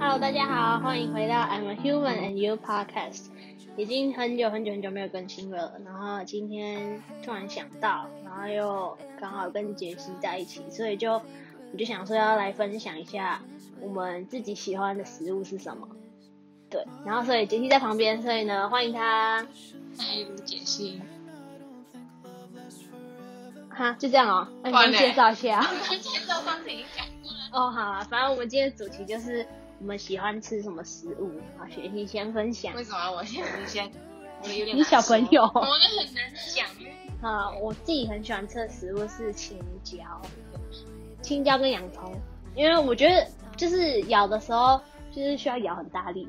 Hello，大家好，欢迎回到 I'm a Human and You Podcast。已经很久很久很久没有更新了，然后今天突然想到，然后又刚好跟杰西在一起，所以就我就想说要来分享一下我们自己喜欢的食物是什么。对，然后所以杰西在旁边，所以呢，欢迎他。嗨，我是解析。哈，就这样哦。那你完先嘞介绍一下。 介绍上次已经讲过了。哦，好啊，反正我们今天的主题就是我们喜欢吃什么食物。好，学习先分享。 为什么我先你先？我有点你小朋友我们很难想，因为啊，我自己很喜欢吃的食物是青椒，青椒跟洋葱，因为我觉得就是咬的时候就是需要咬很大力，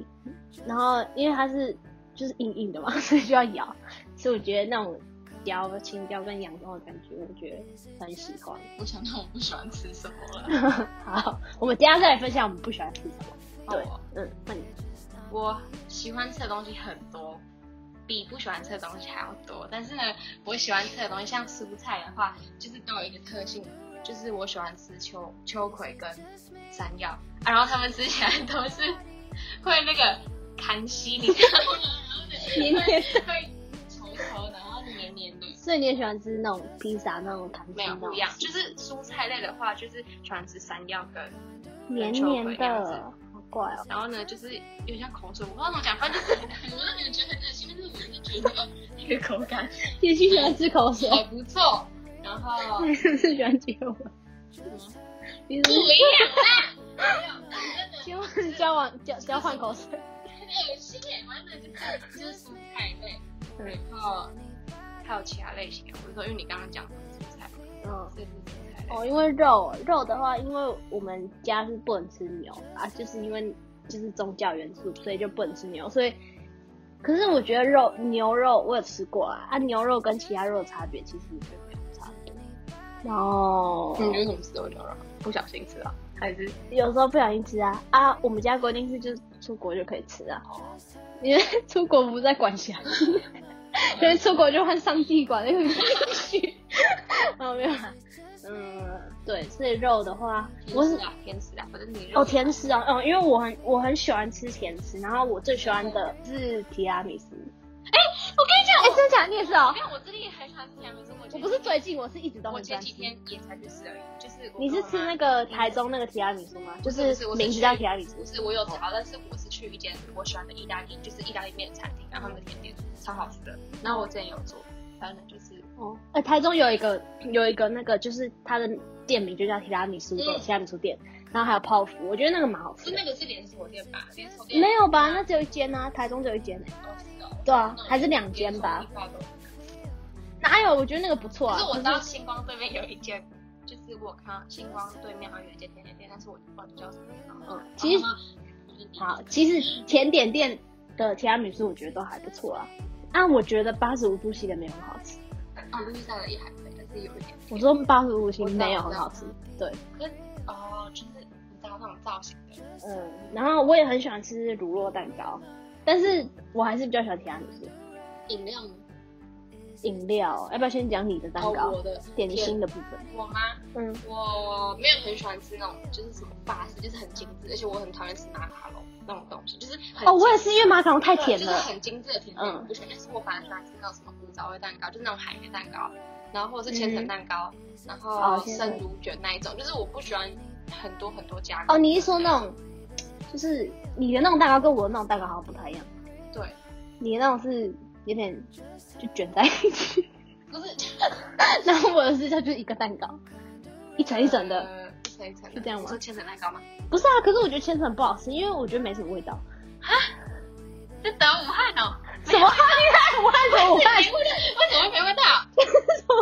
然后因为它是就是硬硬的嘛， 所以需要咬，所以我觉得那种椒青椒跟洋葱的感觉，我觉得很喜欢。 我想到我不喜欢吃什么了。好，我们等一下再来分享我们不喜欢吃什么。对哦，嗯，那你我喜欢吃的东西很多，比不喜欢吃的东西还要多。但是呢，我喜欢吃的东西像蔬菜的话，就是都有一个特性，就是我喜欢吃秋秋葵跟山药啊，然后它们吃起来都是会那个 弹吸，你知道吗？ 黏黏，会稠稠，然后黏黏的。所以你也喜欢吃那种披萨那种糖没有不一样，就是蔬菜类的话，就是喜欢吃山药跟，黏黏的，好怪 哦。然后呢，就是有点像口水，我不知道怎么讲，反正就是 我让你们觉得很恶心，但是我是觉 得那个口感也喜欢吃口 水，还不错。然 后你是不是喜欢接吻？你是不不一是样啦，没有真的交换 交往交交换口水？很恶心耶，反正就是就是蔬菜类，然后还有其他类型，啊我就说因为你刚刚讲的蔬菜，嗯。这是蔬菜类。哦，因为肉肉的话，因为我们家是不能吃牛啊，就是因为就是宗教元素，所以就不能吃牛。所以，可是我觉得肉牛肉我有吃过啊，啊牛肉跟其他肉的差别其实我觉得没有差多。然后、你为什么吃多牛肉？不小心吃啊？还是有时候不小心吃啊啊，我们家规定是就是出国就可以吃啊，因为出国不在管 辖，因为出国就换上帝管，因为不允许。 哦，没有啦，嗯，对，所以肉的话，我是甜食啊，甜食啊，反正你肉哦，甜食啊，嗯，因为我很我很喜欢吃甜食，然后我最喜欢的是提拉米苏。我跟你讲，哎、真假你也是哦没？有，我最近也很喜欢吃甜，可是我我前不是最近，我是一直都我很喜前欢几吃。天也才去吃而已，就是我你是吃那个台中那个提拉米苏吗？就是名字叫提拉米苏不。是我有查，但是我是去一间我喜欢的意大利，就是意大利面的餐厅，然后他们的甜点超好吃的，然后我之前有做，反正就是哦，哎，台中有一个有一个那个，就是它的店名就叫提拉米苏的嗯提拉米苏店，然后还有泡芙，我觉得那个蛮好吃是的。那个是连锁店吧？连锁店没有吧？那只有一间啊，台中只有一间哎、哦是哦，对啊，还是两间吧？连锁地方都有。哪有？我觉得那个不错可啊。是我知就道星光对面有一间，就是我看到星光对面好像有一间甜点店，但是我忘记叫什么名字了。嗯其实然后我就好，其实甜点店的提拉米苏我觉得都还不错啊。啊，我觉得八十五度西的没有很好嗯吃。啊，路易莎的也还可以，但是有一点我说八十五度西没有很好吃，对，可是哦，就是你知道那种造型的，嗯。然后我也很喜欢吃乳酪蛋糕，但是我还是比较喜欢提拉米苏。饮料呢饮料，要不要先讲你的蛋糕？哦我的点心的部分。我吗？嗯，我没有很喜欢吃那种就是什么法式，就是很精致，而且我很讨厌吃马卡龙那种东西，就是很哦，我也是，因为马卡龙太对甜就是了。很精致的甜点，嗯我不喜欢。但是我反而喜欢吃那种什么红枣味蛋糕，就是那种海绵蛋糕，然后或者是千层蛋糕，然后哦千层生乳卷那一种，就是我不喜欢很多很多加工。哦，你是说那种，就是你的那种蛋糕跟我的那种蛋糕好像不太一样，对，你的那种是有点就卷在一 起，不是然后我的是它就是一个蛋糕，一层一层的。呃一层一层的，是这样吗你说千层蛋糕吗？不是啊，可是我觉得千层不好吃，因为我觉得没什么味道。是德武汉哦，什 么？你看我看什么？我看没味道， 为什么会没 味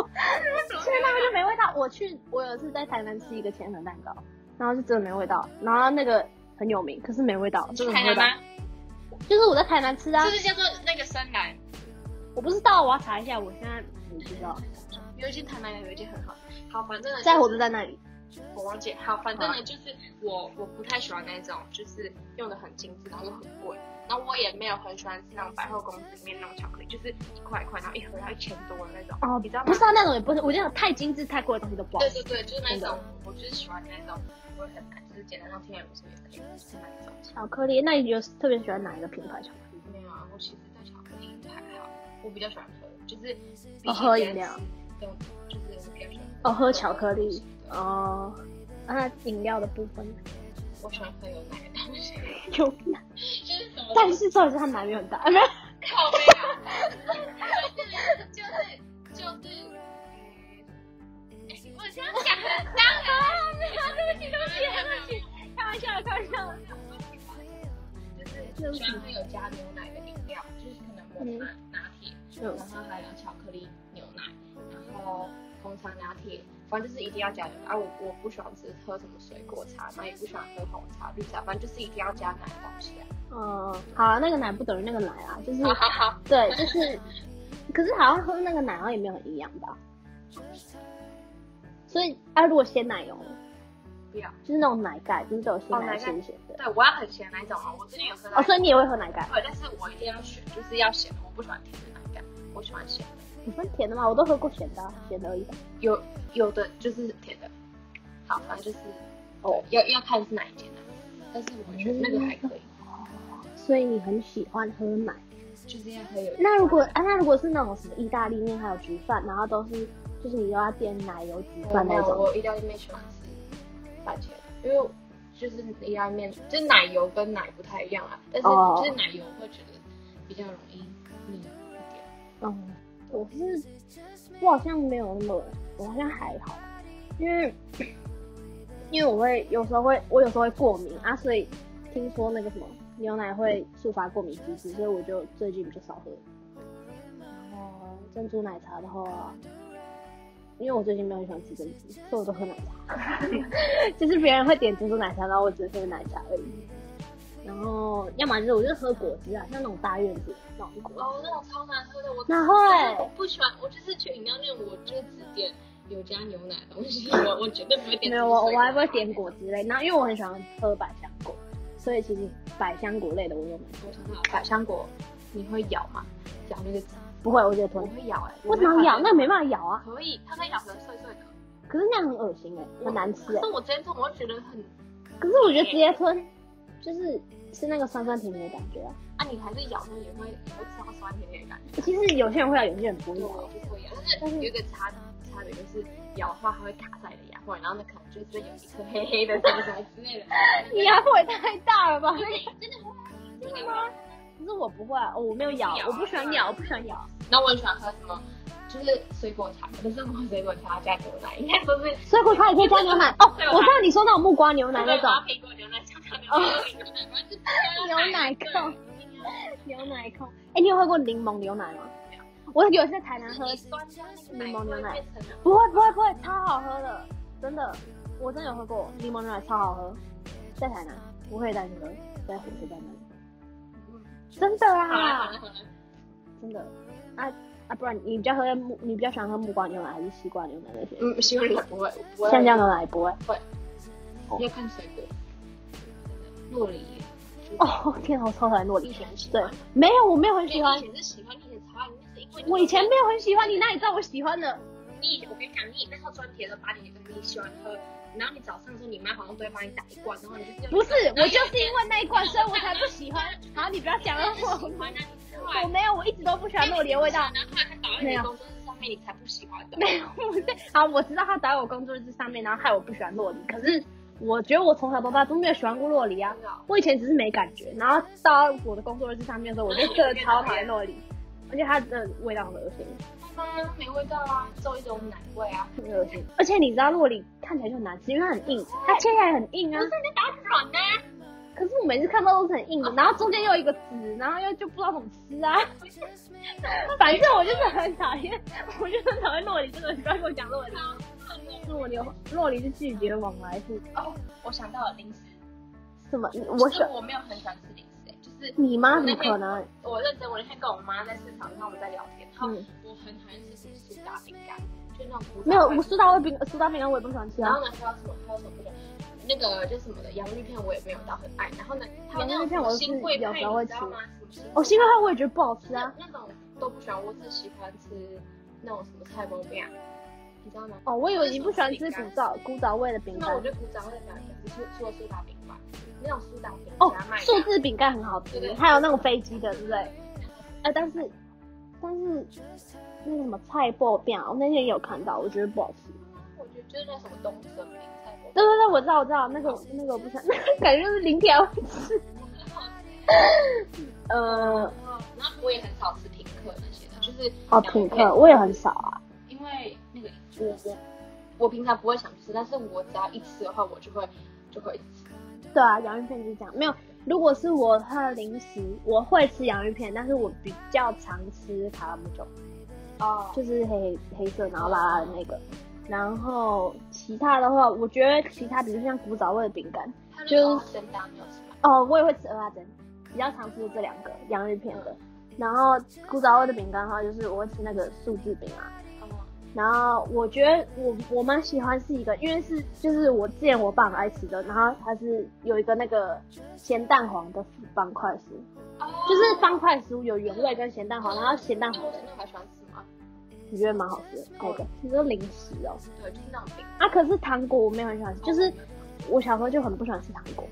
道？为什么所以那个就没味道。我去，我有一次在台南吃一个千层蛋糕，然后就真的没味道，然后那个很有名，可是没味道，真的台没味南道。吗？就是我在台南吃的啊就，是叫做那个深蓝，我不知道，我要哦查一下，我现在我不知道，有一间台南有一间很好，好，反正呢在火车，站那里。嗯就是我忘记，好，反正呢就是我我不太喜欢那种就是用的很精致，然后又很贵，然后我也没有很喜欢吃那种百货公司里面那种巧克力，就是一块一块，然后一盒要一千多的那种，哦你知道不吗是？啊，那种也不是，我觉得太精致、太贵的东西都不好对吃。对对，就是那真的种，我就是喜欢那种，不会很难，就是简单到听也不是也可以吃那种。巧克力，那你有特别喜欢哪一个品牌巧克力？没有啊，我其实对巧克力还好，我比较喜欢喝，就是哦喝饮料，对，就是我比较喜欢哦，喝巧克力对哦。啊，那饮料的部分我喜欢喝有奶的东西， 有，就是什么 但是重点是它奶没有很大，啊、没有靠背啊，就是就是就是。哎我这样讲很脏啊！对不起，对不起，对不起，开玩笑，开玩笑。就是喜欢喝有加牛奶的饮料，就是可能我拿拿铁，嗯然后还有巧克力牛奶，然后红茶拿铁，反正就是一定要加牛奶。啊，我我不喜欢吃喝什么水果茶，然后也不喜欢喝红茶、绿茶，反正就是一定要加奶的东西啊。 嗯，好啊，那个奶不等于那个奶啊，就是好好好，对，就是，可是好像喝那个奶好像也没有很一样吧。所以啊，如果鲜奶油，不要。就是那种奶盖，就是都有鲜哦奶奶油盖鲜咸的。对，我要很咸的那种哦。我之前有喝到哦，，所以你也会喝奶盖？对，但是我一定要选，就是要咸的。我不喜欢甜的奶盖，我喜欢咸的。你说甜的吗？我都喝过咸的啊，咸的而已吧。有有的就是甜的，好，反正就是哦哦，要要看是哪一间的，但是我觉得那个还可以。所以你很喜欢喝奶。就是要喝有。嗯那如果啊，那如果是那种什么意大利面还有焗饭，然后都是就是你又要点奶油焗我饭那种，我意大利面喜欢吃番茄，因为就是意大利面就是奶油跟奶不太一样啊，但是哦就是奶油会觉得比较容易腻一点。嗯，我是我好像没有那么，我好像还好，因为因为我会有时候会我有时候会过敏啊，所以听说那个什么牛奶会触发过敏机制，所以我就最近比较少喝。然后珍珠奶茶的话，因为我最近没有很喜欢吃珍珠，所以我都喝奶茶， 就是别人会点珍珠奶茶，然后我只喝奶茶而已。然后，要么就是我就喝果汁啊，像那种大院子那种果汁。哦，那种超难喝的，我哪会我不喜欢，我就是去饮料店，我就只点有加牛奶的东西，我我绝对不会点。没有，我我还不会点。果汁类，然后因为我很喜欢喝百香果，所以其实百香果类的我都没我想到百香果，你会咬吗？咬那个籽？不会，我觉得我吞。会咬哎、欸。为什么要咬？那没法。办法咬啊，可以，它可以咬成碎碎的。可是那样很恶心哎、很难吃哎、可是我直接吞，我会觉得很可是我觉得直接吞，就是吃那个酸酸甜甜的感觉啊。啊，你还是咬着也会也会吃到酸甜甜的感觉。其实有些人会咬，有些人不会对，咬我。就是会咬，啊但是有一个差差别就是咬的话，它会卡在你的牙缝，然后呢可能就就有一颗黑黑的什么什么之类的。 你牙缝也太大了吧？真的会真的吗？可是我不会、啊，哦我没有咬你，咬啊我不喜欢咬，我不喜欢咬。那我很喜欢喝什么，就是水果茶，可是我水果茶加牛奶，应该说是水果茶也可以加牛奶哦，对我我知道你说那种木瓜牛奶那种，哦苹果牛奶加 牛奶，牛奶控，牛奶控。哎、你有喝过柠檬牛奶吗？我有一次在台南喝喝酸加那个柠檬牛奶变成了不会不会不会，超好喝的，真的，我真的有喝过柠檬牛奶，超好喝，在台南，我会带你喝，在火车站那里，真的好了好啦，了好了，真的，啊啊，不然你比较喝木，你比较喜欢喝木瓜牛奶还是西瓜牛奶那些？嗯，希望你不会不会香蕉牛奶也不会。要看水果，洛梨哦，天啊，我超讨厌洛梨以。前喜对欢，，没有，我没有很喜欢你，以前是喜欢，你以前超爱，那是因为我以前没有很喜欢你，那你知道我喜欢的？你以前我跟你讲，你那时候专题的八点钟你喜欢喝，然后你早上的时候你妈好像都会帮你打一罐，然后你就不是，我就是因为那一罐，所以我才不喜欢。好，你不要讲了，喜我欢那你之我外。没有，我一直都不喜欢洛梨的味道。然后他倒在你的工作室上面，你才不喜欢的。没有，不 是。好，我知道他打我工作日上面，然后害我不喜欢洛梨。可是我觉得我从小到大都没有喜欢过洛梨啊。我以前只是没感觉，然后到我的工作日上面的时候，我就真的超讨厌洛梨，而且它的味道很恶心，它没味道啊，只有一种奶味啊。很恶心。而且你知道洛梨看起来就很难吃，因为它很硬，它切起来很硬啊不。是你打软的，可是我每次看到都是很硬的，然后中间又有一个籽，然后又就不知道怎么吃啊。反正我就是很讨厌，我就是很讨厌洛梨，真的，你不要跟我讲洛梨。洛梨，洛梨是拒绝往来户。哦，我想到了零食，什么？我是是我没有很喜欢吃零食、欸就是你吗？怎么可能？嗯我认真，我那天跟我妈在市场上我们在聊天，然后嗯我很讨厌吃什么苏打饼干，就那种古早没有，味我苏打味饼、苏打饼干我也不喜欢吃然啊后。呢，还有什么？还有什么不能？那个就是什么的洋芋片，我也没有到很爱。然后呢，还有那洋芋种什片么我是新贵派，有你时知候道会吗？吃什么哦，新贵贵派我也觉得不好吃啊。那那种都不喜欢，我只喜欢吃那种什么菜包面，你知道吗？哦，我以为你不喜欢吃古早古早味的饼那我干。觉得鼓掌会很难吃，除除了苏打饼吧，那种苏打饼哦加，麦数芽字饼干很好吃对对，还有那种飞机的，对不对？哎，但是但是那个什么菜爆饼啊，我那天也有看到，我觉得不好吃。我觉得就是那什么东升饼菜包对对对，我知道我知道，那个那个我不喜欢， 那个感觉就是零点 会吃。呃，然后哦然后我也很少吃品客那些的，就是哦，洋品芋片客我也很少啊。因为那个我我我平常不会想吃，但是我只要一吃的话，我就会就会吃。对啊，洋芋片就是这样。没有，如果是我喝零食，我会吃洋芋片，但是我比较常吃卡拉木酒，哦就是黑黑色然后辣辣的那个。然后其他的话，我觉得其他比如像古早味的饼干，它就就是生蛋没有吃吗？哦，我也会吃蚵仔煎，比较常吃这两个洋芋片的。然后古早味的饼干的话，就是我会吃那个数字饼啊，哦，然后我觉得我我蛮喜欢是一个，因为是就是我之前我爸很爱吃的，然后它是有一个那个咸蛋黄的方块酥，就是方块酥有原味跟咸蛋黄，然后咸蛋哦因黄为我真的还喜欢吃嘛，我觉得蛮好吃的那个，其实都零食哦。对，就是那种饼。啊，可是糖果我没有很喜欢吃，就是我小时候就很不喜欢吃糖果，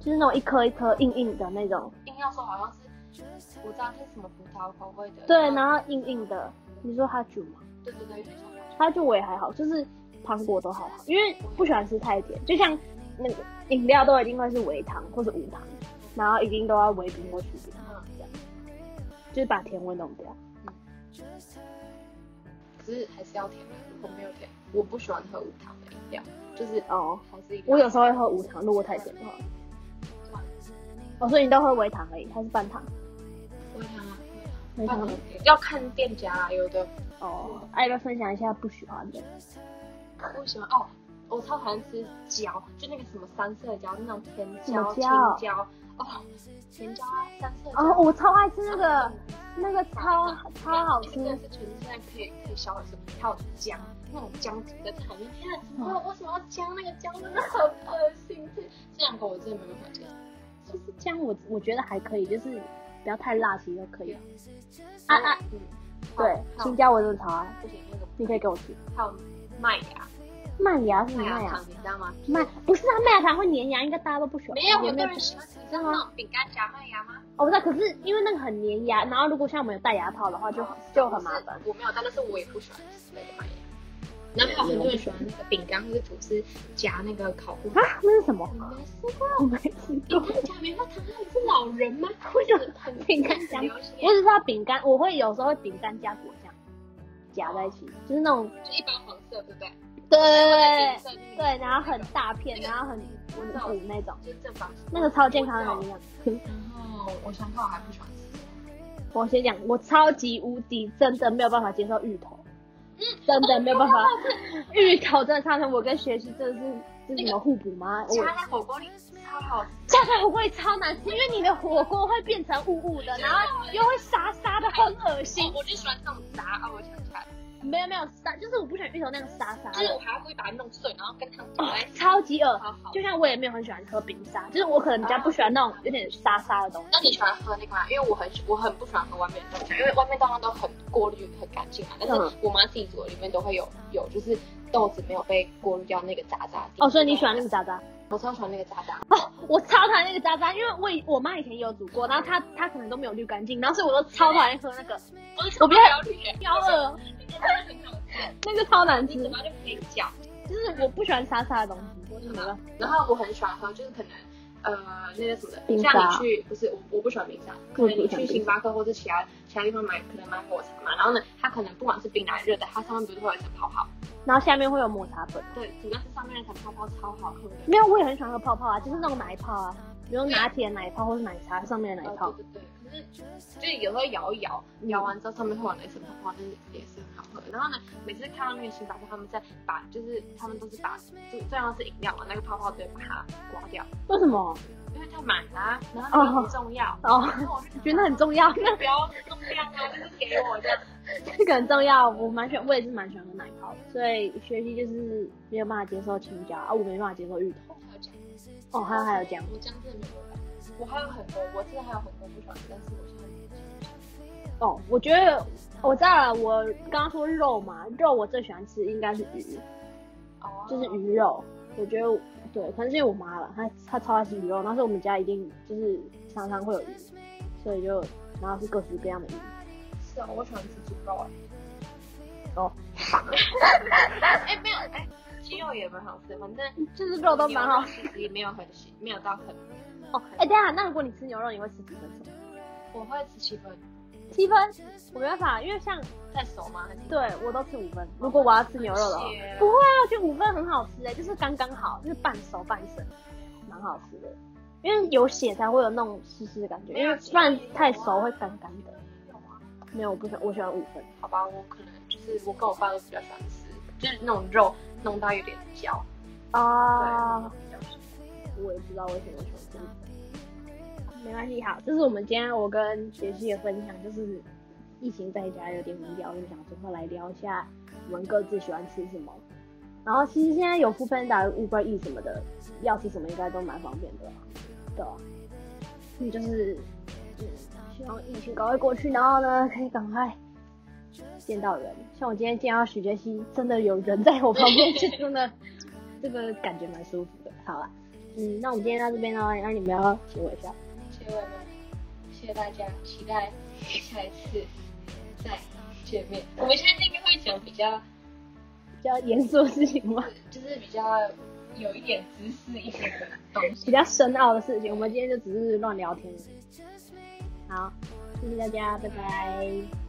就是那种一颗一颗硬硬的那种，硬要说好像是，我知道是什么葡萄口味的。对，后然后硬硬的。你说哈酒吗？对对对，有点像那种它就我也还好，就是糖果都还好，因为不喜欢吃太甜，就像那个饮料都一定会是微糖或是无糖，然后一定都要微冰或去冰，嗯，这样。就是把甜味弄掉。只是还是要甜的，如果没有甜，我不喜欢喝无糖的饮料，就是哦，还是一定要我有时候会喝无糖，如果太甜的话。哦，所以你都喝微糖而已，它是半糖。无糖啊，嗯微半糖糖要看店家啊，有的哦，哎、要不要分享一下不喜欢的？我喜欢哦，我超讨厌吃椒，就那个什么三色椒，那种甜椒、什么椒青椒，哦，甜椒啊，三色椒。啊哦，我超爱吃那个，那个超超好吃真。的是全世界可以可以销的是，还有姜，那种姜煮在炒面，天啊，怎么为什么要姜？那个姜真的很恶心，这这两个我真的没有办法接受。其实这样我我觉得还可以，就是不要太辣，其实就可以。啊啊啊，嗯，对，好青椒我真的超爱，不行，那个你可以给我吃。还有麦芽，麦芽是什么麦麦芽芽糖？你知道吗？嗯麦不是啊，麦芽糖会粘牙，应该大家都不喜欢。没有，也有没的有哦人喜欢吃，你知道啊那种饼干夹麦啊芽吗？我不知道，可是因为那个很粘牙，然后如果像我们有戴牙套的话哦就，很就很麻烦。是我没有带，但是我也不喜欢吃那个麦芽。然后还有很多人喜欢那个饼干或者吐司夹那个烤布丁。啊，那是什么你？没吃过我没吃饼过。干夹棉花糖？你是老人吗？为什么很饼干夹很流行我只知道饼干，我会有时候会饼干加果酱夹在一起， 就是那种就一般黄色，对不对？对然后那个颜色对，然后很大片，然后很很道鼓那种，就是正方形。那个超健康的营养。然后我想看，我还不喜欢吃。我先讲，我超级无敌真的没有办法接受芋头，真的没有办法，芋头真的超疼。我跟学习真的是这是什么互补吗？我夹在火锅里超好吃。下菜火锅也超难吃，因为你的火锅会变成雾雾的，然后又会沙沙的，很恶心哦。我就喜欢这种炸啊！我想起来了，没有没有沙，就是我不喜欢芋头那样沙沙就是我的，还会把它弄碎，然后跟汤搅哦在一起，超级恶好好。就像我也没有很喜欢喝冰沙，就是我可能比较不喜欢那种有点沙沙的东西。那你喜欢喝那个吗？因为我很喜我很不喜欢喝外面的豆浆，因为外面豆浆都很过滤很干净嘛。但是嗯我妈自己煮的里面都会有有，就是豆子没有被过滤掉那个渣渣。哦，所以你喜欢那个？渣渣？我超喜欢那个渣渣。我超讨厌那个渣渣，因为我以我妈以前也有煮过，然后她她可能都没有滤干净，然后所以我都超讨厌喝那个，我不要绿，超恶，真的很好吃，那个超难吃你，嘴巴就可以嚼。就是我不喜欢沙沙的东西，我怎么了？然后我很喜欢喝，就是可能。呃，那个什么的，冰像沙你去不是我我不喜欢冰沙，可我能也不你喜欢去星巴克或者其他其他地方买，可能买果茶嘛，然后呢，它可能不管是冰的还是热的，它上面不是会有一层泡泡？然后下面会有抹茶粉，对，主要是上面那层泡泡超好喝的。没有，我也很喜欢喝泡泡啊，就是那种奶泡啊，比如拿铁奶泡或是奶茶上面的奶哦，泡，对对对，可是就是有时候摇一摇，摇完之后上面会有那层泡泡，但是也是很好喝。然后呢，每次看到那个星巴克他们在把，就是他们都是把，就虽然是饮料嘛，那个泡泡直接把它刮掉，为什么？因为会太满啦、然后那个很重要，哦，然后我就想哦觉得很重要， 不要重量啊，就是给我这样。这个很重要。我蛮喜欢，我也是蛮喜欢喝奶泡的，所以学习就是没有办法接受青椒啊，我没办法接受芋头。还有讲哦，还有还有这样，我真的没有办法，我还有很多，我真的还有很多不喜欢，但是我现在没有哦，我觉得我知道了，我刚刚说肉嘛，肉我最喜欢吃应该是鱼，哦，就是鱼肉。我觉得对，可能是因为我妈吧，她她超爱吃鱼肉，那时候我们家一定就是常常会有鱼，所以就然后是各式各样的鱼。是哦，我喜欢吃猪肉哎。哦， 哎、没有哎，鸡肉也蛮好吃，反正就是肉都蛮好。吃，也没有很喜，没有到很，哦，哎、对啊，那如果你吃牛肉，你会吃几分熟？我会吃七分，七分？我没办法，因为像太熟吗？还是对我都吃五分。如果我要吃牛肉的话，谢不会啊，我觉得五分很好吃哎、就是刚刚好，就是半熟半生，蛮好吃的。因为有血才会有那种湿湿的感觉，因为不然太熟会干干的。有啊没有，我不喜欢，我喜欢五分。好吧，我可能就是我跟我爸都比较喜欢吃，就是那种肉弄到有点焦，啊、对，比较喜欢我也不知道为什么喜欢五分。没关系，好，这是我们今天我跟杰西的分享，就是疫情在家有点无聊，就想最后来聊一下我们各自喜欢吃什么。然后其实现在有 f o o p a n d a Uber E 什么的，要吃什么应该都蛮方便的啦，对啊。嗯，就是嗯，希望疫情赶快过去，然后呢可以赶快见到人。像我今天见到许杰希，真的有人在我旁边，就真的这个感觉蛮舒服的。好啦，嗯，那我们今天到这边喽，那你们要结尾一下。谢谢我们，谢谢大家，期待下一次再见面。我们现在应该会讲比较，比较严肃的事情吗？ 就是比较有一点知识一点的东西。比较深奥的事情，我们今天就只是乱聊天而已。好，谢谢大家，拜拜。